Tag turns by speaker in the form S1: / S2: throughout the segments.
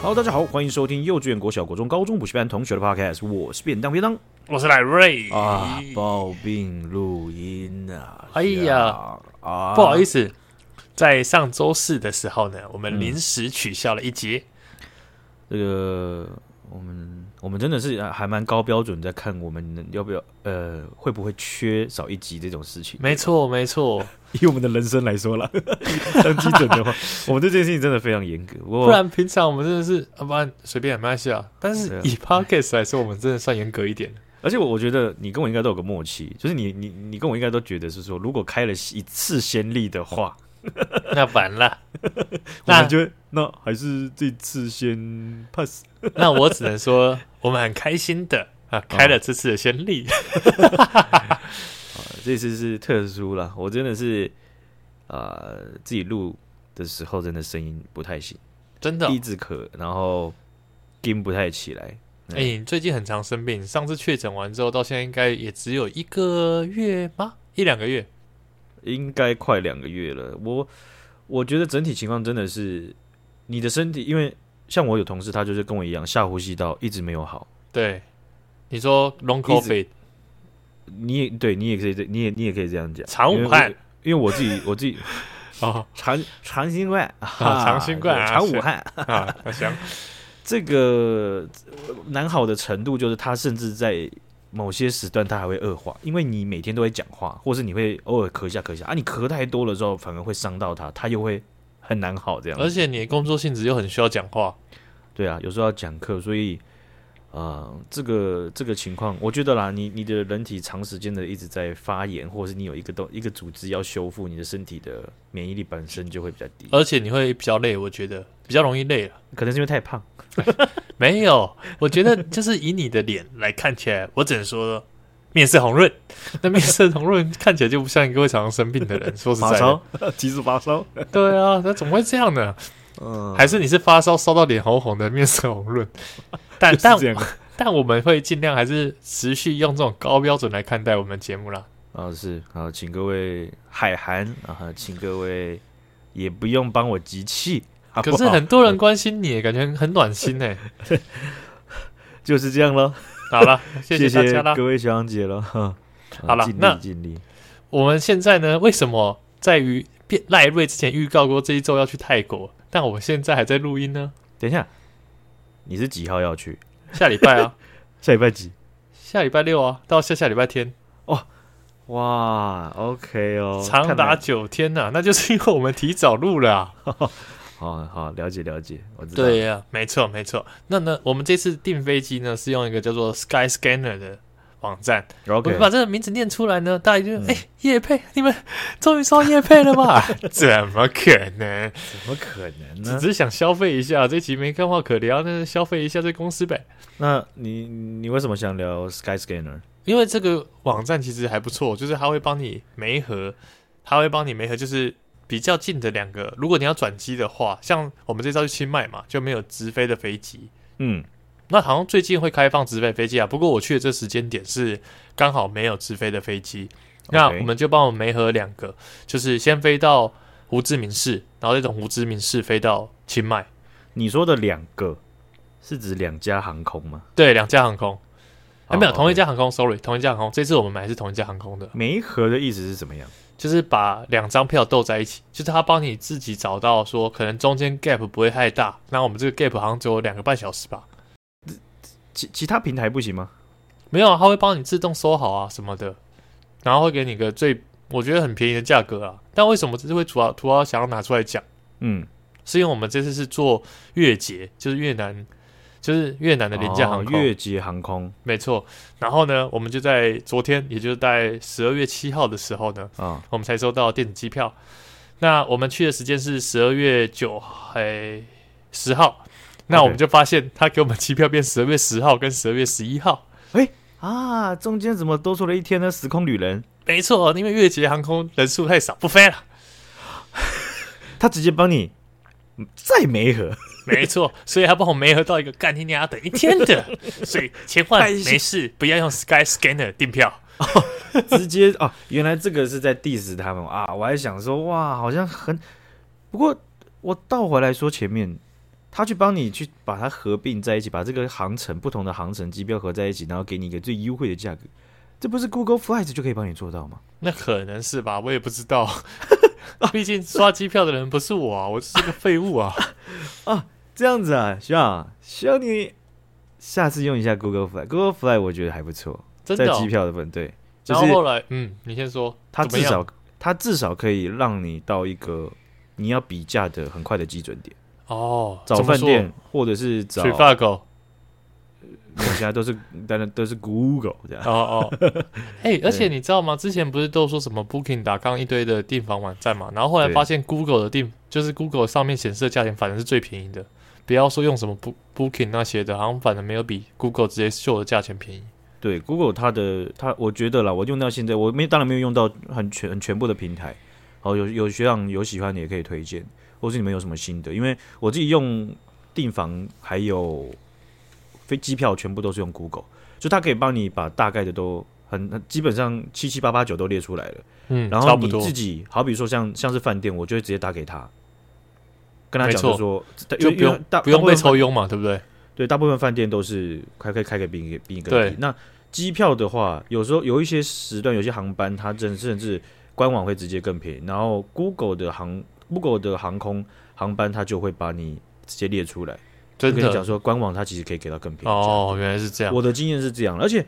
S1: Hello，大家好，欢迎收听幼稚园、国小、国中、高中补习班同学的 Podcast，我是便当便当
S2: 我是赖瑞
S1: 啊，抱病录音啊，
S2: 哎呀
S1: 啊，
S2: 不好意思，在上周四的时候呢，我们临时取消了一节。
S1: 这个我们我们真的是还蛮高标准，在看我们要不要呃会不会缺少一集这种事情。
S2: 没错，没错，
S1: 以我们的人生来说啦，当基准的话，我们对这件事情真的非常严格。不
S2: 不
S1: 过
S2: 然平常我们真的是，啊，不然随便没关系啊。但是
S1: 对啊
S2: 以 podcast 来说，我们真的算严格一点。
S1: 而且我我觉得你跟我应该都有个默契，就是你你你跟我应该都觉得是说，如果开了一次先例的话，
S2: 那完了，
S1: 我
S2: 那
S1: 们就会那还是这次先 pass。
S2: 那我只能说，我们很开心的啊，开了这次的先例。
S1: 呃这次是特殊了，我真的是呃自己录的时候真的声音不太行，
S2: 真的哦、
S1: 一直咳，然后音不太起来。
S2: 哎、你最近很常生病，上次确诊完之后到现在应该也只有一个月吗？一两个月？
S1: 应该快两个月了。我我觉得整体情况真的是你的身体，因为像我有同事，他就是跟我一样，下呼吸道一直没有好。
S2: 对，你说 long
S1: 一直
S2: covid
S1: 你也对你也可以这，你也你也可以这样讲。
S2: 常武汉
S1: 因为我，因为我自己我自己
S2: 哦
S1: 常常新冠 啊，
S2: 常新冠啊
S1: 对常武汉。
S2: 啊，我 想
S1: 这个呃难好的程度就是，它甚至在某些时段它还会恶化，因为你每天都会讲话，或是你会偶尔咳一下咳一下啊，你咳太多了之后反而会伤到它，它又会很难好这样子。
S2: 而且你的工作性质又很需要讲话，
S1: 对啊，有时候要讲课，所以呃，这个这个情况，我觉得啦，你你的人体长时间的一直在发炎，或者是你有一个动一个组织要修复，你的身体的免疫力本身就会比较低，
S2: 而且你会比较累，我觉得比较容易累了。
S1: 可能是因为太胖。
S2: 没有，我觉得就是以你的脸来看起来，我只能说面色红润。 那面色红润看起来就不像一个会常常生病的 人。说实在的，，
S1: 急速发 烧，
S2: 对啊，那怎么会这样呢？
S1: 嗯，
S2: 还是你是发烧烧到脸红红的，面色红 润？但但
S1: 这样
S2: 但我们会尽量还是持续用这种高标准来看待我们节目啦。
S1: 啊是好，请各位海涵啊，请各位也不用帮我集气，好啊不
S2: 可是
S1: 好
S2: 很多人关心你，感觉很很暖心呢、 欸
S1: 就是这样咯，
S2: 好了，谢
S1: 谢
S2: 大家啦。
S1: 各位学长姐了， 哈，
S2: 好啦
S1: 尽力
S2: 那
S1: 尽力。
S2: 我们现在呢，为什么在于变赖瑞之前预告过这一周要去泰国，但我们现在还在录音呢？
S1: 等一下，你是几号要去？
S2: 下礼拜啊，
S1: 下礼拜几？
S2: 下礼拜六啊，到下下礼拜天，
S1: 哇，OK 哦，
S2: 长
S1: 看
S2: 达
S1: 来
S2: 九天啊呐、那就是因为我们提早录了啊。
S1: 好好了解了解，我知道。
S2: 对呀、没错没错。那呢，我们这次订飞机呢是用一个叫做 Sky Scanner 的网站，我
S1: ，OK，
S2: 们把这个名字念出来呢，大家就哎叶、佩，你们终于收到叶佩了吧？怎么可能？
S1: 怎么可能
S2: 只
S1: 呢？
S2: 是想消费一下，这集没干话可聊，那就消费一下这公司呗。
S1: 那你你为什么想聊 Sky Scanner？
S2: 因为这个网站其实还不错，就是它会帮你媒合，它会帮你媒合，就是比较近的两个。如果你要转机的话，像我们这招去清迈嘛，就没有直飞的飞机。
S1: 嗯，
S2: 那好像最近会开放直飞飞机啊，不过我去的这时间点是刚好没有直飞的飞机。那
S1: OK
S2: 我们就帮我们媒合两个，就是先飞到胡志明市，然后再从胡志明市飞到清迈。
S1: 你说的两个是指两家航空吗？
S2: 对，两家航空，哎、
S1: 哦
S2: 没有同一，
S1: OK
S2: 家航空，sorry，同一家航空。这次我们买的是同一家航空的。
S1: 梅盒的意思是怎么样？
S2: 就是把两张票斗在一起，就是他帮你自己找到说，可能中间 gap 不会太大。那我们这个 gap 好像只有两个半小时吧？
S1: 其其他平台不行吗？
S2: 没有，啊，他会帮你自动收好啊什么的，然后会给你个最我觉得很便宜的价格啊。但为什么这次会主要主要想要拿出来讲，
S1: 嗯，
S2: 是因为我们这次是做越捷，就是越南，就是越南的廉价航
S1: 哦
S2: 空，
S1: 越捷航空
S2: 没错。然后呢，我们就在昨天，也就是在十二月七号的时候呢，
S1: 啊，
S2: 我们才收到电子机票。那我们去的时间是十二月九还十号，那
S1: OK
S2: 我们就发现他给我们机票变十二月十号跟十二月十一号。
S1: 啊，中间怎么多出了一天呢？时空旅人，
S2: 没错，因为越捷航空人数太少，不飞了。
S1: 他直接帮你嗯再梅盒，
S2: 没 错，所以他帮我媒合到一个干你娘要等一天的，所以千万
S1: 太幸
S2: 没事，不要用 Sky Scanner 订票。
S1: 直接啊，原来这个是在 diss 他们啊！我还想说，哇，好像很……不过我倒回来说前面，他去帮你去把它合并在一起，把这个航程不同的航程机票合在一起，然后给你一个最优惠的价格，这不是 Google Flights 就可以帮你做到吗？
S2: 那可能是吧，我也不知道。 毕竟刷机票的人不是我啊，我是个废物啊。
S1: 这样子啊，希望希望你下次用一下 Google Fly，Google Fly 我觉得还不错，
S2: 真
S1: 在
S2: 的哦、
S1: 机票的部分，对，就
S2: 然后
S1: 是
S2: 后来，嗯，你先说，
S1: 它
S2: 怎么样
S1: 至少它至少可以让你到一个你要比价的很快的基准点，
S2: 哦，
S1: 找
S2: 怎么
S1: 饭
S2: 说
S1: 店或者是找，
S2: 去法狗，
S1: 我现在都是当然都是 Google 这样，
S2: 哦哦， 哎、而且你知道吗？之前不是都说什么 Booking 打刚一堆的订房网站嘛，然后后来
S1: 对
S2: 发现 Google 的订，就是 Google 上面显示的价钱反而是最便宜的。不要说用什么 Bo Booking 那些的，好像反而没有比 Google 直接秀的价钱便宜。
S1: 对，Google 它的它，我觉得啦，我用到现在，我没当然没有用到很全很全部的平台。好，有有学长有喜欢的也可以推荐，或是你们有什么心得？因为我自己用订房还有飞机票全部都是用 Google，就它可以帮你把大概的都很很基本上七七八八九都列出来了。
S2: 嗯，
S1: 然
S2: 差
S1: 后
S2: 不
S1: 你
S2: 多
S1: 自。己好比说像像是饭店，我就会直接打给他，跟他
S2: 没
S1: 讲
S2: 错
S1: 就说，因
S2: 就不
S1: 为因为
S2: 用
S1: 大
S2: 不用
S1: 大部分
S2: 被抽佣嘛，对不对？
S1: 对，大部分饭店都是开可以开给宾宾一个
S2: 对
S1: 人。那机票的话，有时候有一些时段，有些航班它甚甚至官网会直接更便宜，然后 Google 的航 Google 的航空航班它就会把你直接列出来，就
S2: 真
S1: 跟你讲
S2: 的
S1: 说官网它其实可以给到更便宜。
S2: 哦，原来是这
S1: 这样，
S2: 样。
S1: 我的经验是这样，而且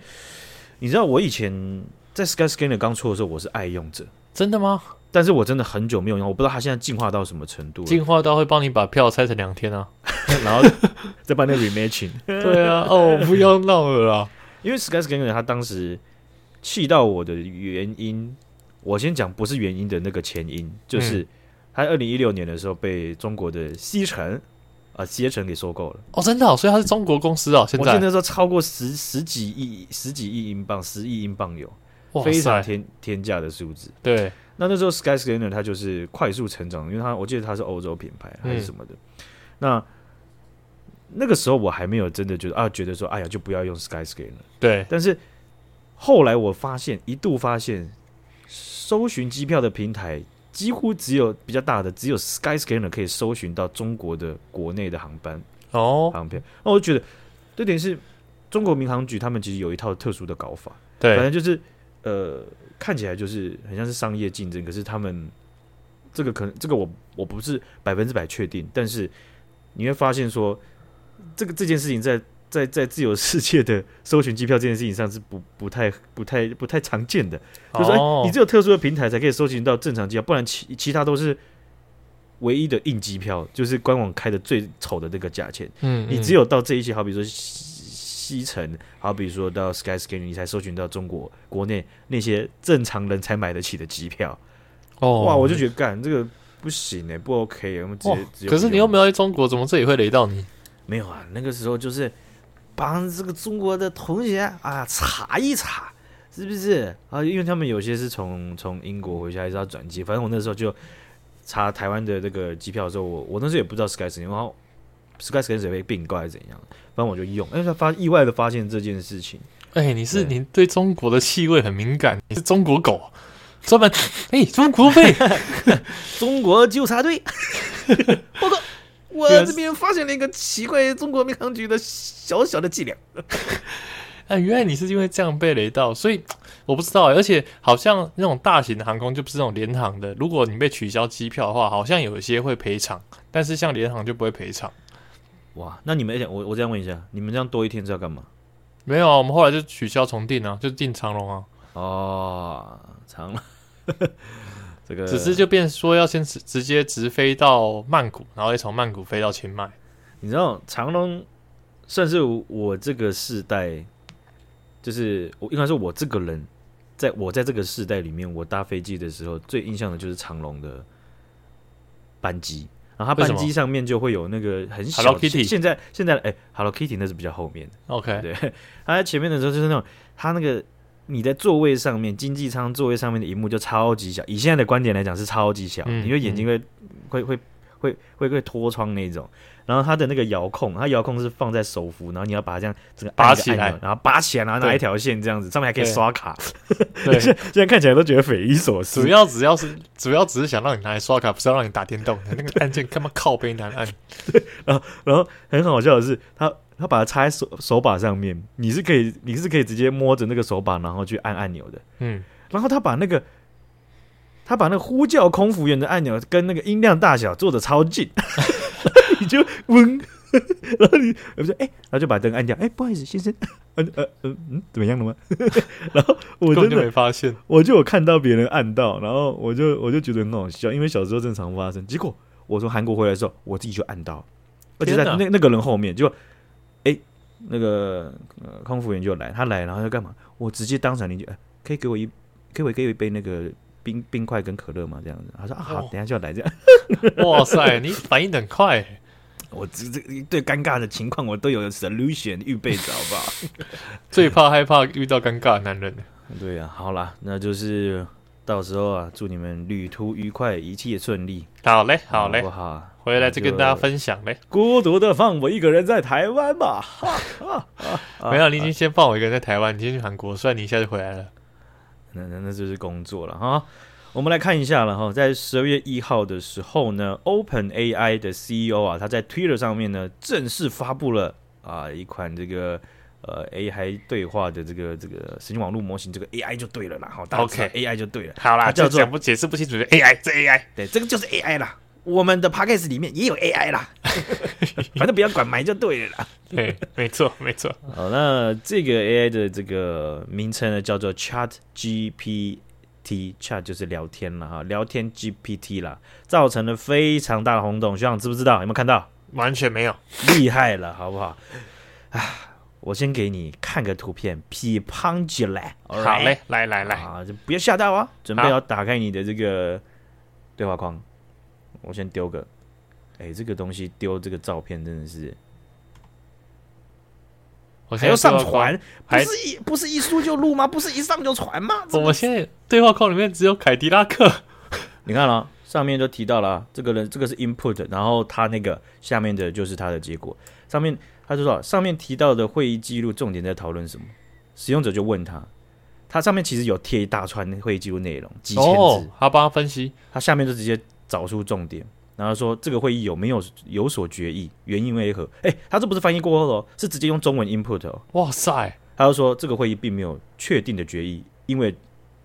S1: 你知道我以前在 Skyscanner 刚出的时候，我是爱用者。
S2: 真的吗？
S1: 但是我真的很久没有用，我不知道它现在进化到什么程度了，
S2: 进化到会帮你把票拆成两天啊？
S1: 然后再把那 rematching，
S2: 对啊，哦，不要闹了啦。
S1: 因为 Skyscanner 他当时气到我的原因，我先讲不是原因的那个前因，
S2: 嗯
S1: 就是他二零一六年的时候被中国的西城啊携程给收购了。
S2: 哦，真的、哦，所以它是中国公司哦，现
S1: 我记得
S2: 在
S1: 那时候超过十十几亿十几亿英镑，十亿英镑有，
S2: 哇
S1: 非常
S2: 塞，
S1: 天天价的数字。
S2: 对，
S1: 那那时候 Skyscanner 它就是快速成长，因为它我记得它是欧洲品牌还是什么的。
S2: 嗯
S1: 那那个时候我还没有真的觉得啊，觉得说哎呀就不要用 Skyscanner。
S2: 对，
S1: 但是后来我发现，一度发现搜寻机票的平台几乎只有比较大的，只有 Skyscanner 可以搜寻到中国的国内的航班
S2: 哦，
S1: 航票。那我就觉得这点是中国民航局他们其实有一套特殊的搞法，
S2: 对，
S1: 反正就是呃，看起来就是很像是商业竞争，可是他们这个可能这个我我不是百分之百确定，但是你会发现说，这个这件事情在在在自由世界的搜寻机票这件事情上是不不太不太不太常见的，就是说、哎
S2: 哦
S1: 你，只有特殊的平台才可以搜寻到正常机票，不然其其他都是。唯一的硬机票就是官网开的最丑的那个价钱，
S2: 嗯
S1: 你
S2: 嗯
S1: 只有到这一些，好比说西西城，好比说到 Skyscanner，你才搜寻到中国国内那些正常人才买得起的机票。
S2: 哦，
S1: 哇，我就觉得干这个不行哎、不 OK，我们直
S2: 哇
S1: 接直接。
S2: 可是你又没有在中国，怎么这里会雷到你？
S1: 没有啊？那个时候就是帮这个中国的同学啊查一查。是不是啊？因为他们有些是从从英国回去，还是要转机。反正我那时候就查台湾的那个机票的时候，我我那时候也不知道 Skyscanner，然后 Skyscanner 被并购还是怎样，反正我就用。但是发意外的发现这件事情，
S2: 哎、你是
S1: 对
S2: 你对中国的气味很敏感，你是中国狗，专门哎、中国 味，
S1: 中国纠察队， 报告，我
S2: 原来是
S1: 这边发现了一个奇怪中国民航局的小小的伎俩。
S2: 哎、原来你是因为这样被雷到，所以我不知道、而且好像那种大型的航空就不是那种联航的，如果你被取消机票的话，好像有一些会赔偿，但是像联航就不会赔偿。
S1: 哇，那你们想，我我这样问一下，你们这样多一天是要干嘛？
S2: 没有啊，我们后来就取消重订啊，就订长龙啊，
S1: 哦，长了， 这个
S2: 只是就变说要先直直接直飞到曼谷，然后再从曼谷飞到清迈。
S1: 你知道长隆算是我这个世代，就是我应该说我这个人，在我在这个世代里面，我搭飞机的时候最印象的就是长隆的班机。然后它
S2: 为什
S1: 班
S2: 么
S1: 机上面就会有那个很小
S2: Hello Kitty
S1: 现在现在哎、h e l l o Kitty 那是比较后面的，
S2: OK，
S1: 对。它在前面的时候就是那种，它那个你在座位上面经济舱座位上面的荧幕就超级小，以现在的观点来讲是超级小，
S2: 嗯
S1: 因为眼睛会、会会会会会脱窗那种。然后它的那个遥控，它遥控是放在手扶，然后你要把它这样整个
S2: 拔
S1: 按一个
S2: 起
S1: 按钮
S2: 来
S1: 然后拔起来，然后拿
S2: 对
S1: 一条线这样子，上面还可以
S2: 对
S1: 刷卡，
S2: 对，
S1: 现在看起来都觉得匪夷所思
S2: 主。要只要是主要只是想让你拿来刷卡，不是要让你打电动。那个按键干嘛靠背难按？
S1: 然后 很好笑的是，他他把它插在手手把上面，你是可以你是可以直接摸着那个手把，然后去按按钮的。
S2: 嗯，
S1: 然后他把那个他把那个呼叫空服员的按钮跟那个音量大小做的超近， 你就嗡，然后你我就哎、然后就把灯按掉，哎、不好意思，先生，呃呃呃嗯，怎么样了吗？ 然后我
S2: 嗯根
S1: 真
S2: 本就
S1: 的
S2: 没发现。
S1: 我就有看到别人按到，然后我就我就觉得很好笑，因为小时候正常发生。结果我从韩国回来的时候，我自己就按到，而且在
S2: 天哪
S1: 那那个人后面，就哎、那个、呃、空服员就来，他来然后要干嘛？哦我直接当场邻居、呃，可以给我一可以我给我一杯那个冰冰块跟可乐吗？这样子，他说啊好，
S2: 哦
S1: 等一下就要来这样。
S2: 哇塞，你反应得很快、
S1: 我这这一对尴尬的情况我都有 solution 预备着，好不好？
S2: 最怕害怕遇到尴尬的男人。
S1: 对呀、啊，好啦，那就是到时候啊，祝你们旅途愉快，一切顺利，
S2: 好嘞，好
S1: 好
S2: 嘞
S1: 不，好？
S2: 回来再跟大家
S1: 分。
S2: 分享嘞。
S1: 孤独的放我一个人在台湾吧。啊
S2: 没有，你已经先放我一个人在台湾，你先去韩国，虽然你一下就回来了。
S1: 那那那就是工作了哈。我们来看一下了哈，在十二月一号的时候呢，Open AI 的 CEO 啊，他在 Twitter 上面呢正式发布了啊一款这个呃 AI 对话的这个这个神经网络模型，这个 AI 就对了啦，哈，大家知道
S2: OK
S1: AI 就对了，
S2: 好啦，
S1: 它叫
S2: 就
S1: 做
S2: 讲不解释不清楚，就 AI 这 AI
S1: 对，这个就是 AI 啦。我们的 p a c k a g e 里面也有 AI 啦， 反正不要管埋就对了啦。
S2: 对，哎没错没错。
S1: 好，那这个 AI 的这个名称呢，叫做 Chat GPT，Chat 就是聊天了哈，聊天 GPT 啦，造成了非常大的轰动。学长知不知道？有没有看到？
S2: 完全没有，
S1: 厉害了，好不好？啊，我先给你看个图片，批判起来。好
S2: 好嘞，来来来，
S1: 啊，就不要吓到啊！准备
S2: 好
S1: 要打开你的这个对话框，我先丢个。哎、这个东西丢这个照片真的是
S2: 我
S1: 还
S2: 现
S1: 要
S2: 在
S1: 上
S2: 对话框
S1: 传，，不
S2: 还
S1: 是一不是一输就录吗？不是一上就传吗？
S2: 我现在对话框里面只有凯迪拉克，
S1: 你看了、上面就提到了啊、这个人，这个是 input，然后他那个下面的就是他的结果。上面他就说啊，上面提到的会议记录重点在讨论什么？使用者就问他，他上面其实有贴一大串会议记录内容，几千字，
S2: 哦，他帮他分析，
S1: 他下面就直接找出重点，然后说这个会议有没有有所决议，原因为何？哎，他这不是翻译过后的哦，是直接用中文 input 哦。
S2: 哇塞，
S1: 他就说这个会议并没有确定的决议，因为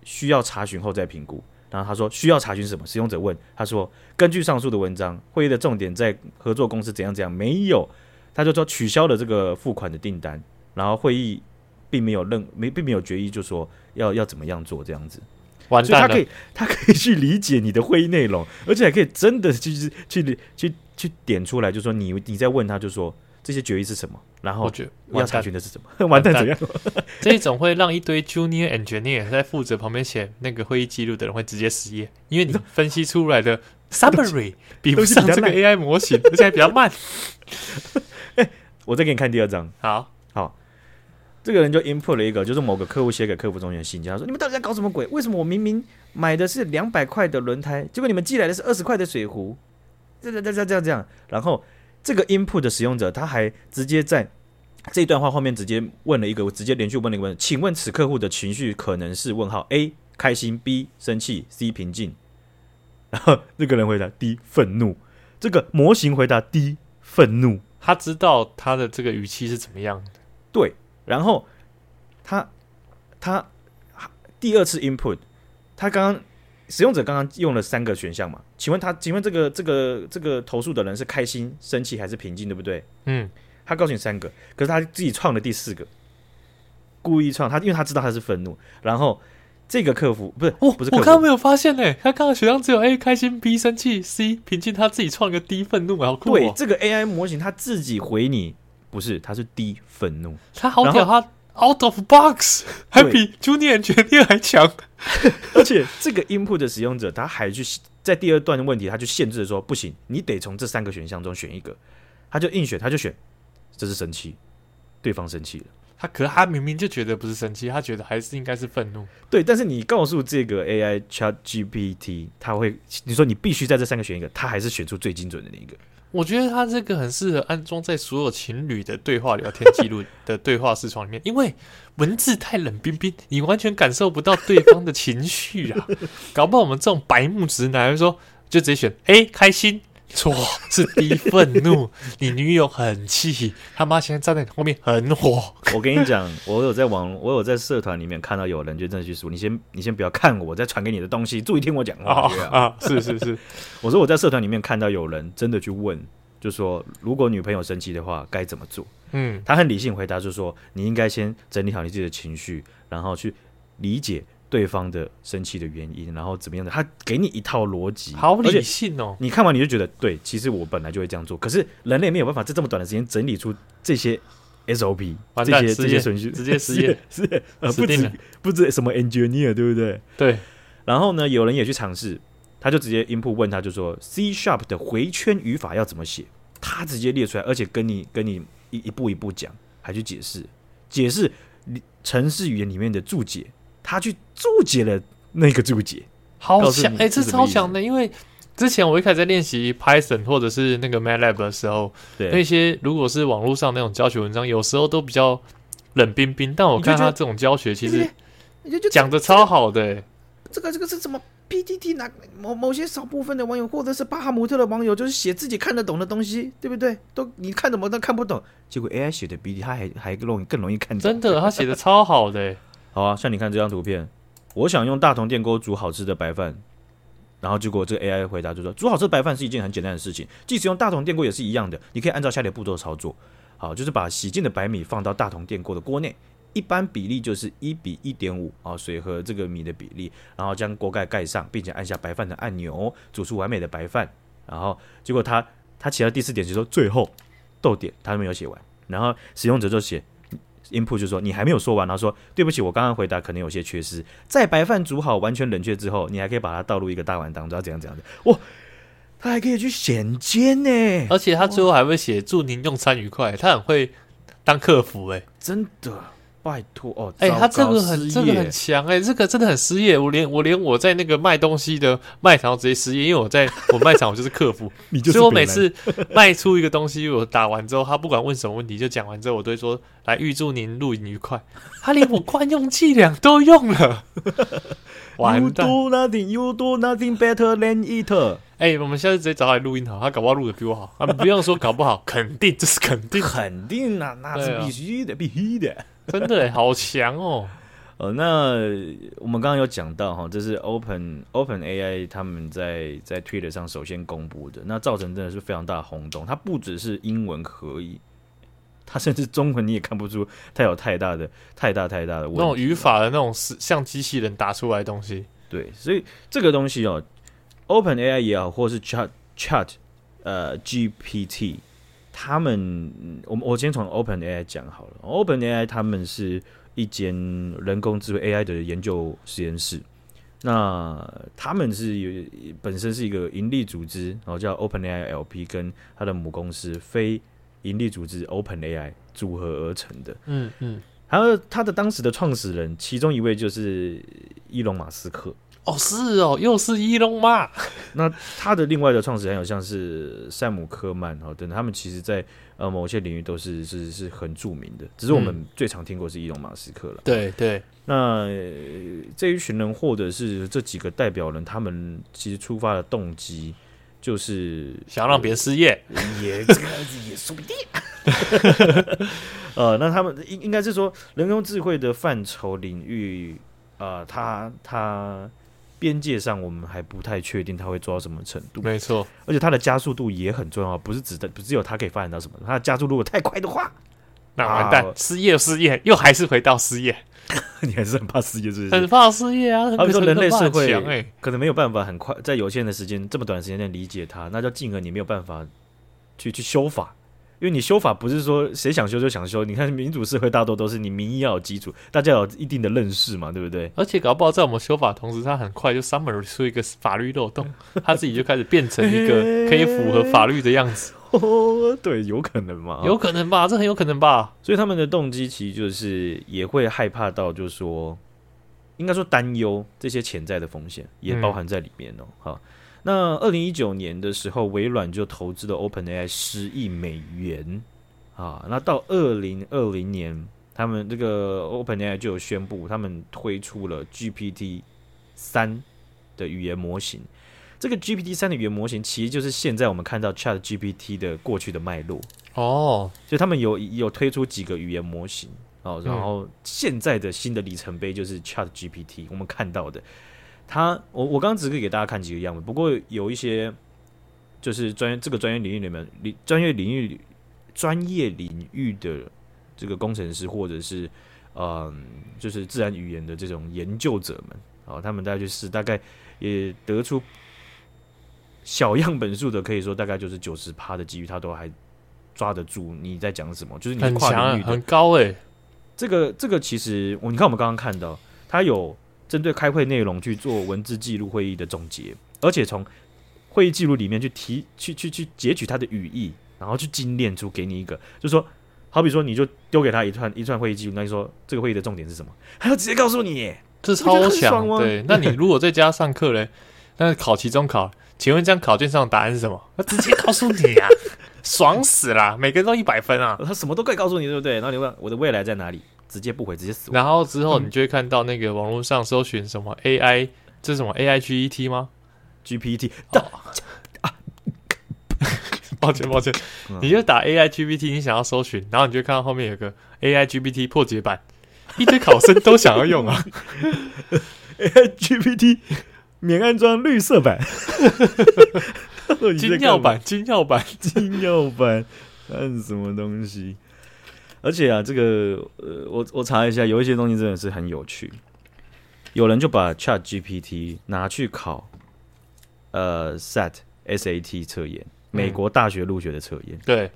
S1: 需要查询后再评估。然后他说需要查询什么？使用者问他说，根据上述的文章，会议的重点在合作公司怎样怎样，没有，他就说取消了这个付款的订单，然后会议并没有认没并没有决议，就说要要怎么样做这样子，
S2: 完
S1: 所以他
S2: 蛋
S1: 可
S2: 了
S1: 以，他可以去理解你的会议内容，而且还可以真的就是去去去点出来，就说你你在问他，就说这些决议是什么，然
S2: 我
S1: 后
S2: 觉得
S1: 要
S2: 完
S1: 查
S2: 蛋，
S1: 询的是什么，完蛋
S2: 完蛋
S1: 怎样？
S2: 这种会让一堆 junior engineer 在负责旁边写那个会议记录的人会直接失业，因为你分析出来的 summary 比不上这
S1: 东
S2: 个
S1: 西
S2: AI 模型，而且还比较慢。
S1: 我再给你看第二张，
S2: 好，
S1: 这个人就 input 了一个，就是某个客户写给客服中心的信件，他说：“你们到底在搞什么鬼？为什么我明明买的是两百块的轮胎，结果你们寄来的是二十块的水壶？这这这这这样这样。”然后这个 input 的使用者他还直接在这段话后面直接问了一个，直接连续问了一个问题：请问此客户的情绪可能是问号 A 开心，B 生气，C 平静。然后那个人回答 D 愤怒，这个模型回答 D 愤怒。
S2: 他知道他的这个语气是怎么样的，
S1: 对，然后他他第二次 input，他刚刚使用者刚刚用了三个选项嘛？请问他，请问这个这个这个投诉的人是开心、生气还是平静，对不对？
S2: 嗯，
S1: 他告诉你三个，可是他自己创了第四个，故意创他，因为他知道他是愤怒，然后。这个客服不是
S2: 哦，
S1: 不是
S2: 我刚
S1: 客服
S2: 刚，没有发现呢、他刚刚选项只有 A 开心，B 生气，C 平静，他自己创一个 D 愤怒，好酷
S1: 对
S2: 哦！
S1: 这个 AI 模型他自己回你，不是，他是低愤怒，
S2: 他好
S1: 然
S2: 屌，他 out of box 还
S1: 对
S2: 比 Junior Engineer 还强，
S1: 而且这个 input 的使用者，他还去在第二段的问题，他就限制说，不行，你得从这三个选项中选一个。他就硬选，他就选，这是生气，对方生气了。
S2: 他可是他明明就觉得不是生气，他觉得还是应该是愤怒。
S1: 对，但是你告诉这个 AI Chat GPT，他会，你说你必须在这三个选一个，他还是选出最精准的那一个。
S2: 我觉得它这个很适合安装在所有情侣的对话聊天记录的对话视窗里面，因为文字太冷冰冰，你完全感受不到对方的情绪啊。 搞不好我们这种白目直男会说，就直接选 A 开心，错 是 B 愤怒， 你女友很气，他妈现在站在你后面很火。
S1: 我跟你讲，我有在网，我有在社团里面看到有人捐赠叙述，你先你先不要看我，我再传给你的东西，注意听我讲话。
S2: 啊
S1: 对啊
S2: 啊，是是是，
S1: 我说我在社团里面看到有人真的去问，就说如果女朋友生气的话该怎么做？
S2: 嗯
S1: 他很理性回答，就说你应该先整理好你自己的情绪，然后去理解对方的生气的原因，然后怎么样的，他给你一套逻辑，
S2: 好
S1: 而且
S2: 理性哦。
S1: 你看完你就觉得对，其实我本来就会这样做，可是人类没有办法在这么短的时间整理出这些 SOP，
S2: 完
S1: 这
S2: 蛋
S1: 些
S2: 失
S1: 这
S2: 业
S1: 些顺序，
S2: 直接失业
S1: 是是呃
S2: 死
S1: 不
S2: 定
S1: 止
S2: 了
S1: 不止什么 engineer 对不对？
S2: 对，
S1: 然后呢，有人也去尝试，他就直接 input 问他就说 C sharp 的回圈语法要怎么写，他直接列出来，而且跟你跟你一一步一步讲，还去解释解释你程式语言里面的注解，他去注解了那个注解，
S2: 好
S1: 告诉
S2: 强
S1: 你
S2: 哎、
S1: 是
S2: 这
S1: 什么
S2: 超
S1: 意思
S2: 强的，因为之前我一开始在练习 Python 或者是那个 MATLAB 的时候，那
S1: 对，
S2: 些如果是网络上那种教学文章，有时候都比较冷冰冰，但我看他这种教学其实
S1: 就就
S2: 讲的超好的、欸，
S1: 这个这个是怎么 PPT 哪某某些少部分的网友，或者是巴哈姆特的网友，就是写自己看得懂的东西，对不对？都你看懂么都看不懂，结果 AI 写的比他还还容易更容易看懂。
S2: 真的，他写的超好的、欸，
S1: 好啊，像你看这张图片，我想用大同电锅煮好吃的白饭，然后结果这个 AI 回答就说，煮好吃的白饭是一件很简单的事情，即使用大同电锅也是一样的，你可以按照下列步骤操作。好，就是把洗净的白米放到大同电锅的锅内，一般比例就是一比一点五啊，水和这个米的比例，然后将锅盖盖上，并且按下白饭的按钮，煮出完美的白饭。然后结果他他写到第四点就说最后逗点，他没有写完，然后使用者就写 input 就说你还没有说完，然后说对不起，我刚刚回答可能有些缺失。在白饭煮好完全冷却之后，你还可以把它倒入一个大碗当中，要怎样怎样的。哇，他还可以去显煎呢，
S2: 而且他最后还会写祝您用餐愉快，他很会当客服、欸，
S1: 真的，拜托哦，
S2: 哎、
S1: 糟糕
S2: 他这个很
S1: 失
S2: 这个
S1: 业
S2: 很强哎、这个真的很失业。我连我连我在那个卖东西的卖场直接失业，因为我在我卖场我就是客服，
S1: 你就是
S2: 所以我
S1: 北
S2: 每
S1: 兰
S2: 次卖出一个东西，我打完之后，他不管问什么问题，就讲完之后，我都会说来预祝您露营愉快。他连我惯用伎俩都用 了，完
S1: You
S2: 蛋！
S1: do nothing, you do nothing better than it。
S2: 哎、我们下次直接找他来录音好，他搞不好录的比我好，啊，不用说搞不好，肯定这是肯 定，
S1: 肯定啊，那
S2: 对
S1: 是
S2: 啊
S1: 必须的，必须的。
S2: 真的、欸、好强哦。
S1: 呃，那我们刚刚有讲到哈，这是 Open Open AI 他们在在 Twitter 上首先公布的，那造成真的是非常大的轰动。它不只是英文可以，它甚至中文你也看不出它有太大的、太大、太大的问
S2: 那种
S1: 题。
S2: 语法的那种是像机器人打出来的东西，
S1: 对，所以这个东西哦，Open AI 也好，或是 Chat Chat 呃 GPT，他们嗯我们我先从 Open AI 讲好了。Open AI 他们是一间人工智慧 AI 的研究实验室。那他们是有本身是一个盈利组织，然后叫 OpenAI LP，跟它的母公司非盈利组织 OpenAI 组合而成的。
S2: 嗯嗯。
S1: 还有它的当时的创始人，其中一位就是伊隆马斯克。
S2: 哦，是哦，又是伊隆马，
S1: 那他的另外的创始人有像是塞姆科曼哦等等，他们其实在呃某些领域都是是是很著名的，只是我们最常听过是伊隆马斯克了。
S2: 对对，
S1: 那、呃这一群人或者是这几个代表人，他们其实出发的动机就是
S2: 想让别人失业，
S1: 也这个也说不定。 呃，那他们应应该是说人工智慧的范畴领域，呃，它它边界上我们还不太确定它会做到什么程度，
S2: 没错，
S1: 而且它的加速度也很重要，不是指的不是只有它可以发展到什么，它的加速如果太快的话，
S2: 那
S1: 啊
S2: 完蛋，
S1: 我
S2: 失业失业，又还是回到失业，
S1: 你还是很怕失业，是不
S2: 很
S1: 是？
S2: 怕失业啊，很
S1: 他们说人类社会
S2: 哎、欸，
S1: 可能没有办法很快在有限的时间这么短的时间内理解它，那就进而你没有办法去去修法。因为你修法不是说谁想修就想修，你看民主社会大多都是你民意要有基础，大家有一定的认识嘛，对不对？
S2: 而且搞不好在我们修法同时，他很快就 summary 出一个法律漏洞，他自己就开始变成一 个可以符合法律的样子，
S1: 哦，对，有可能嘛，哦
S2: 有可能吧？这很有可能吧？
S1: 所以他们的动机其实就是也会害怕到，就是说，应该说担忧这些潜在的风险也包含在里面哦。好，那二零一九年的时候，微软就投资了 OpenAI 十亿美元啊。那到二零二零年，他们这个 OpenAI 就有宣布，他们推出了 GPT 三的语言模型。这个 GPT 三的语言模型，其实就是现在我们看到 Chat GPT 的过去的脉络。
S2: 哦，
S1: 就他们有有推出几个语言模型哦，然后现在的新的里程碑就是 Chat GPT，我们看到的。它，我我刚刚只是给大家看几个样本，不过有一些就是专业这个专业领域里面，领专业领域专业领域的这个工程师或者是嗯，就是自然语言的这种研究者们，哦，他们大概就是大概也得出小样本数的，可以说大概就是九十趴的机遇，他都还抓得住你在讲什么，就是你
S2: 很
S1: 跨
S2: 强啊
S1: 领域，的
S2: 很高哎、
S1: 这个这个其实我你看我们刚刚看到，他有针对开会内容去做文字记录会议的总结，而且从会议记录里面去提去去去截取它的语义，然后去精炼出给你一个，就是说，好比说你就丢给他一串一串会议记录，那就说这个会议的重点是什么， 他就直接告诉你耶。
S2: 这
S1: 不觉得
S2: 超
S1: 很爽啊
S2: 强
S1: 吗。
S2: 对，那你如果在家上课嘞， 那考期中考，请问这样考卷上的答案是什么？他直接告诉你啊， 爽死啦！每个人都一百分啊。
S1: 他什么都可以告诉你，对不对？然后你问我的未来在哪里，直接不回，直 接死亡。
S2: 然后之后你就会看到那个网络上搜寻什么 AI，这是什么 AI GET E 吗？
S1: GPT，
S2: 抱歉抱歉
S1: 嗯，
S2: 你就打 AI GPT，你想要搜寻，然后你就看到后面有个 AI GPT 破解版，一堆考生都想要用 啊。
S1: GPT 免安装绿色 版，
S2: 金耀版，金耀版，
S1: 金耀版，看什么东西？而且啊，这个呃，我我查一下，有一些东西真的是很有趣。有人就把 Chat GPT 拿去考呃 SAT SAT 测验，美国大学入学的测验。
S2: 对，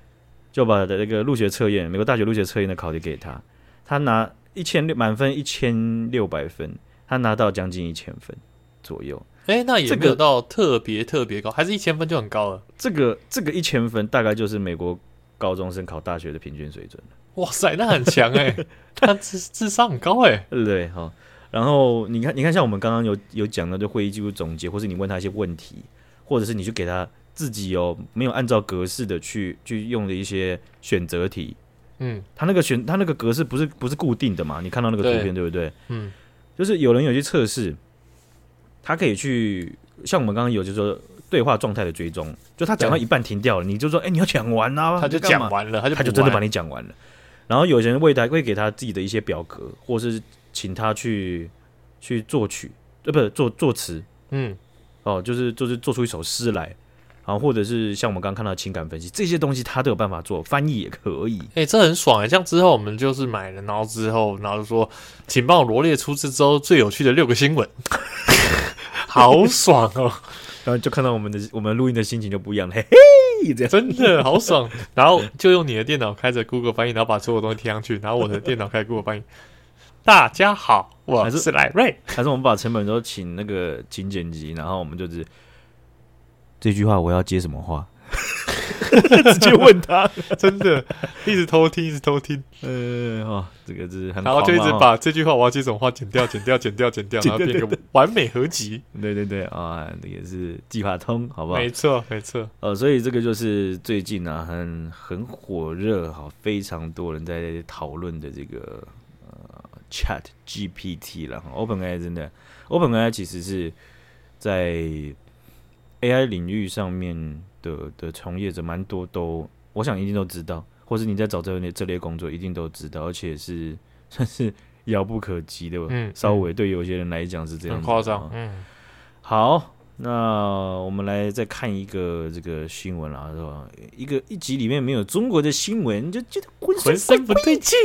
S1: 就把那个入学测验，美国大学入学测验的考题给他，他拿一千六满分一千六百分，他拿到将近一千分左右。
S2: 哎，那也
S1: 这
S2: 没有
S1: 个
S2: 到特别特别高，还是一千分就很高了。
S1: 这个这个一千分大概就是美国高中生考大学的平均水准，
S2: 哇塞，那很强哎、 他智智商很高哎、
S1: 对不对？好，然后你看你看，像我们刚刚有有讲到，就会议记录总结，或是你问他一些问题，或者是你去给他自己哦没有按照格式的去去用的一些选择题，
S2: 嗯
S1: 他那个选他那个格式不是不是固定的嘛？你看到那个图
S2: 对
S1: 片对不对？
S2: 嗯，
S1: 就是有人有去测试，他可以去像我们刚刚有就是说对话状态的追踪，就他讲到
S2: 对
S1: 一半停掉了，你就说哎、你要讲完啊，
S2: 他就
S1: 你在干
S2: 讲
S1: 嘛，
S2: 完了，他就
S1: 他就
S2: 补
S1: 真的
S2: 完
S1: 把你讲完了。然后有些人会他会给他自己的一些表格，或是请他去去作曲，呃，不是作作词
S2: 嗯
S1: 哦，就是就是做出一首诗来，然后或者是像我们刚刚看到的情感分析这些东西，他都有办法做，翻译也可以。
S2: 哎、这很爽哎、这样之后我们就是买了，然后之后，然后就说，请帮我罗列出这周最有趣的六个新 闻，好爽哦，
S1: 然后就看到我们的我们录音的心情就不一样了，嘿嘿， 这样。
S2: 真的好爽。然后就用你的电脑开着 Google 翻译，然后把所有东西贴上去，然后我的电脑开 Google 翻译。大家好，我
S1: 还是
S2: 是赖瑞。
S1: 还是我们把成本都请那个请剪辑，然后我们就是这句话我要接什么 话，直接问他。
S2: 真的，一直偷听，一直偷听，
S1: 呃，哦，这个是很
S2: 然后就一直
S1: 狂啊
S2: 把这句话我要接什么话剪掉，剪掉，剪掉，剪掉，然后变个完美合集。
S1: 哦对对对啊，这也是计划通，好不好？
S2: 没错，没错。
S1: 呃，所以这个就是最近啊，很很火热哈，非常多人在讨论的这个呃 Chat GPT 了。OpenAI 真的，OpenAI 其实是在 AI 领域上面的的从业者蛮多都，我想一定都知道，或是你在找这类这类工作一定都知道，而且是算是遥不可及的。
S2: 嗯
S1: 稍微对有些人来讲是这样
S2: 很
S1: 子
S2: 夸
S1: 啊
S2: 张，嗯，
S1: 好，那我们来再看一个这个新闻啊啦，是吧？一个一集里面没有中国的新闻，就觉得浑身
S2: 浑身不对劲。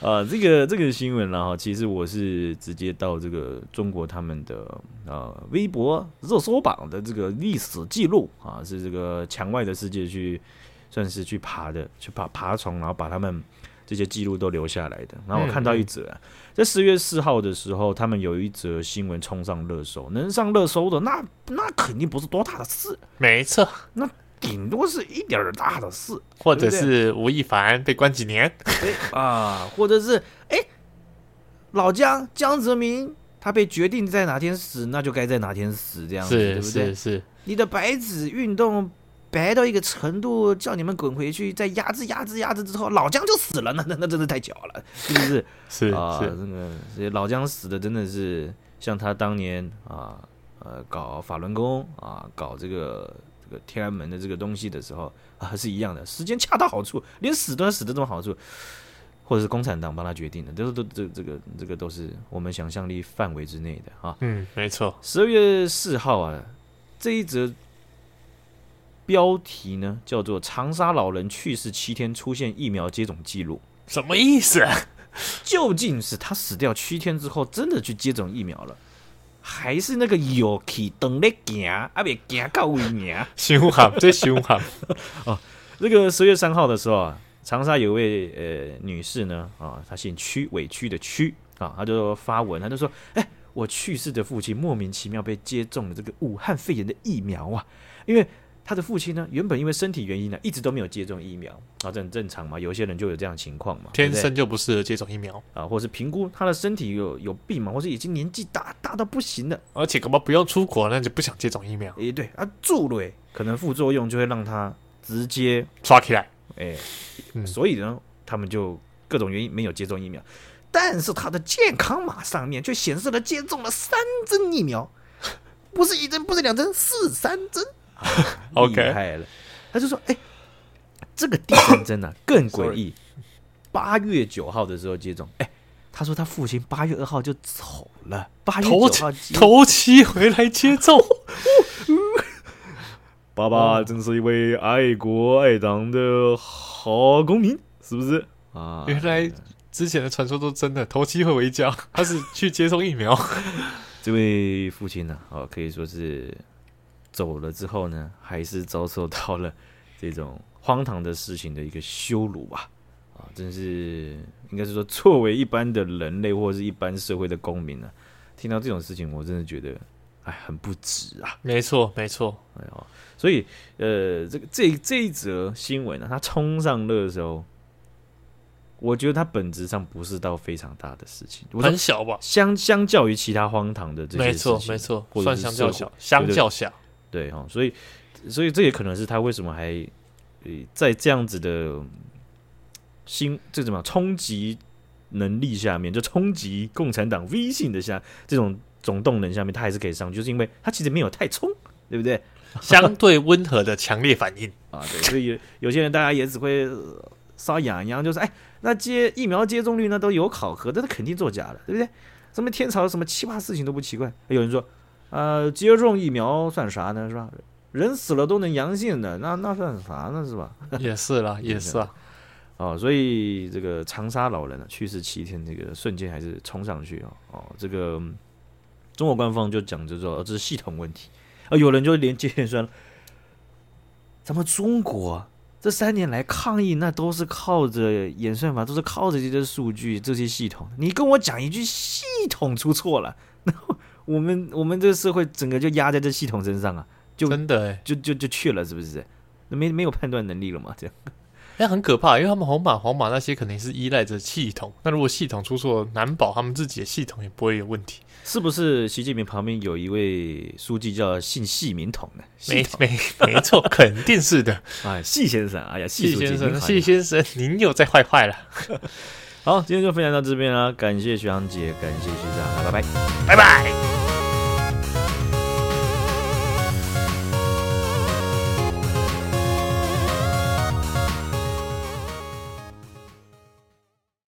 S1: 啊、这个这个新闻啦哈，其实我是直接到这个中国他们的呃微博热搜榜的这个历史记录啊，是这个墙外的世界去算是去爬的，去爬爬虫，然后把他们这些记录都留下来的。然后我看到一则、啊，在四月四号的时候，他们有一则新闻冲上热搜，能上热搜的那那肯定不是多大的事，
S2: 没错，
S1: 顶多是一点儿大的事。
S2: 或者
S1: 对不
S2: 是吴亦凡被关几年，
S1: 哎啊，或者是哎，老姜姜泽民他他被决定在哪天死，那就该在哪天死，这样子，对
S2: 是
S1: 不对
S2: 是？是，
S1: 你的白纸运动白到一个程度，叫你们滚回去，再压制、压制、压制之后，老姜就死了，那那那真是太巧了，是不是？
S2: 是
S1: 啊，
S2: 是，
S1: 那个所以老姜死的真的是像他当年啊呃搞法轮功啊搞这个这个天安门的这个东西的时候啊是一样的，时间恰到好处，连死都要死的这种好处，或者是共产党帮他决定的，都都这这个这个都是我们想象力范围之内的啊。
S2: 嗯，没错，
S1: 十二月四号啊，这一则标题呢叫做“长沙老人去世七天出现疫苗接种记录”。
S2: 什么意思？啊
S1: 究竟是他死掉七天之后真的去接种疫苗了，还是那个有去等咧行，啊别行到位呢？
S2: 凶悍，这凶 悍，
S1: 这个十月三号的时候啊，长沙有位呃女士呢啊，她姓屈，委屈的屈啊，她就发文，她就说：“哎、我去世的父亲莫名其妙被接种了这个武汉肺炎的疫苗啊，因为。”她的父亲呢，原本因为身体原因呢，一直都没有接种疫苗啊，这很正常嘛。有些人就有这样的情况嘛，对
S2: 天
S1: 不对
S2: 生就不适合接种疫苗，
S1: 啊，或是评估他的身体有有病嘛，或是已经年纪大大到不行了，
S2: 而且干嘛不用出国，那就不想接种疫苗，
S1: 诶，对啊，住了、诶，可能副作用就会让他直接
S2: 刷起来。
S1: 诶，
S2: 嗯
S1: 哎所以呢，他们就各种原因没有接种疫苗，但是他的健康码上面却显示了接种了三针疫苗，不是一针，不是两针，是三 针，厉
S2: OK，
S1: 害了，他就说，哎、这个第三针 啊更诡异，八月九号的时候接种，哎、他说他父亲八月二号就走了，八月
S2: 头
S1: 九号
S2: 期
S1: 接
S2: 头期回来接 种，
S1: 爸爸真是一位爱国爱党的好公民，是不是啊？
S2: 原来之前的传说都真的，头期会回家， 他是去接种疫苗。
S1: 这位父亲呢、哦，可以说是走了之后呢，还是遭受到了这种荒唐的事情的一个羞辱吧。啊，真是应该是说，作为一般的人类或者是一般社会的公民呢、听到这种事情，我真的觉得，哎，很不值啊。
S2: 没错，没错，
S1: 哎呦，所以呃，这个这这一则新闻呢、它冲上热搜，我觉得它本质上不是到非常大的事情。我说
S2: 很小吧？
S1: 相相较于其他荒唐的这些
S2: 没
S1: 事情，
S2: 错，没错
S1: 或，者
S2: 算
S1: 是
S2: 相较
S1: 社
S2: 小
S1: 会，
S2: 相
S1: 对
S2: 较小，
S1: 对哈、哦，所以所以这也可能是他为什么还呃在这样子的新这怎么样冲击能力下面，就冲击共产党威信的下这种总动能下面，他还是可以上去，就是因为他其实没有太冲，对不对？
S2: 相对温和的强烈反 应。
S1: 啊，对，所以有有些人大家也只会呃搔痒痒，就是哎，那接疫苗接种率呢都有考核，但是肯定作假了，对不对？什么天朝什么奇葩事情都不奇怪。有人说，呃，接种疫苗算啥呢？是吧？人死了都能阳性的，那那算啥呢？是吧？
S2: 也是啦，也是啊，
S1: 哦，所以这个长沙老人啊，去世七天，这个瞬间还是冲上去哦。哦，这个嗯中国官方就讲就说、哦、这是系统问题，啊、有人就连接连说，咱们中国啊这三年来抗疫，那都是靠着演算法，都是靠着这些数据、这些系统。你跟我讲一句系统出错了，那我们我们这个社会整个就压在这系统身上啊，就
S2: 真的哎，
S1: 就就就去了，是不是？那没没有判断能力了嘛？这样。
S2: 那哎很可怕，因为他们红马、黄马那些肯定是依赖着系统，那如果系统出错，难保他们自己的系统也不会有问题。
S1: 是不是习近平旁边有一位书记叫姓细明统呢？
S2: 没
S1: 系统
S2: 没没 错，肯定是的，
S1: 哎，细先生，哎呀，细
S2: 谢
S1: 书记
S2: 先
S1: 您
S2: 生，
S1: 好
S2: 谢
S1: 您
S2: 先生， 您又在坏坏了。
S1: 好，好今天就分享到这边啦，感谢徐阳姐，感谢徐长，拜拜。
S2: 拜拜。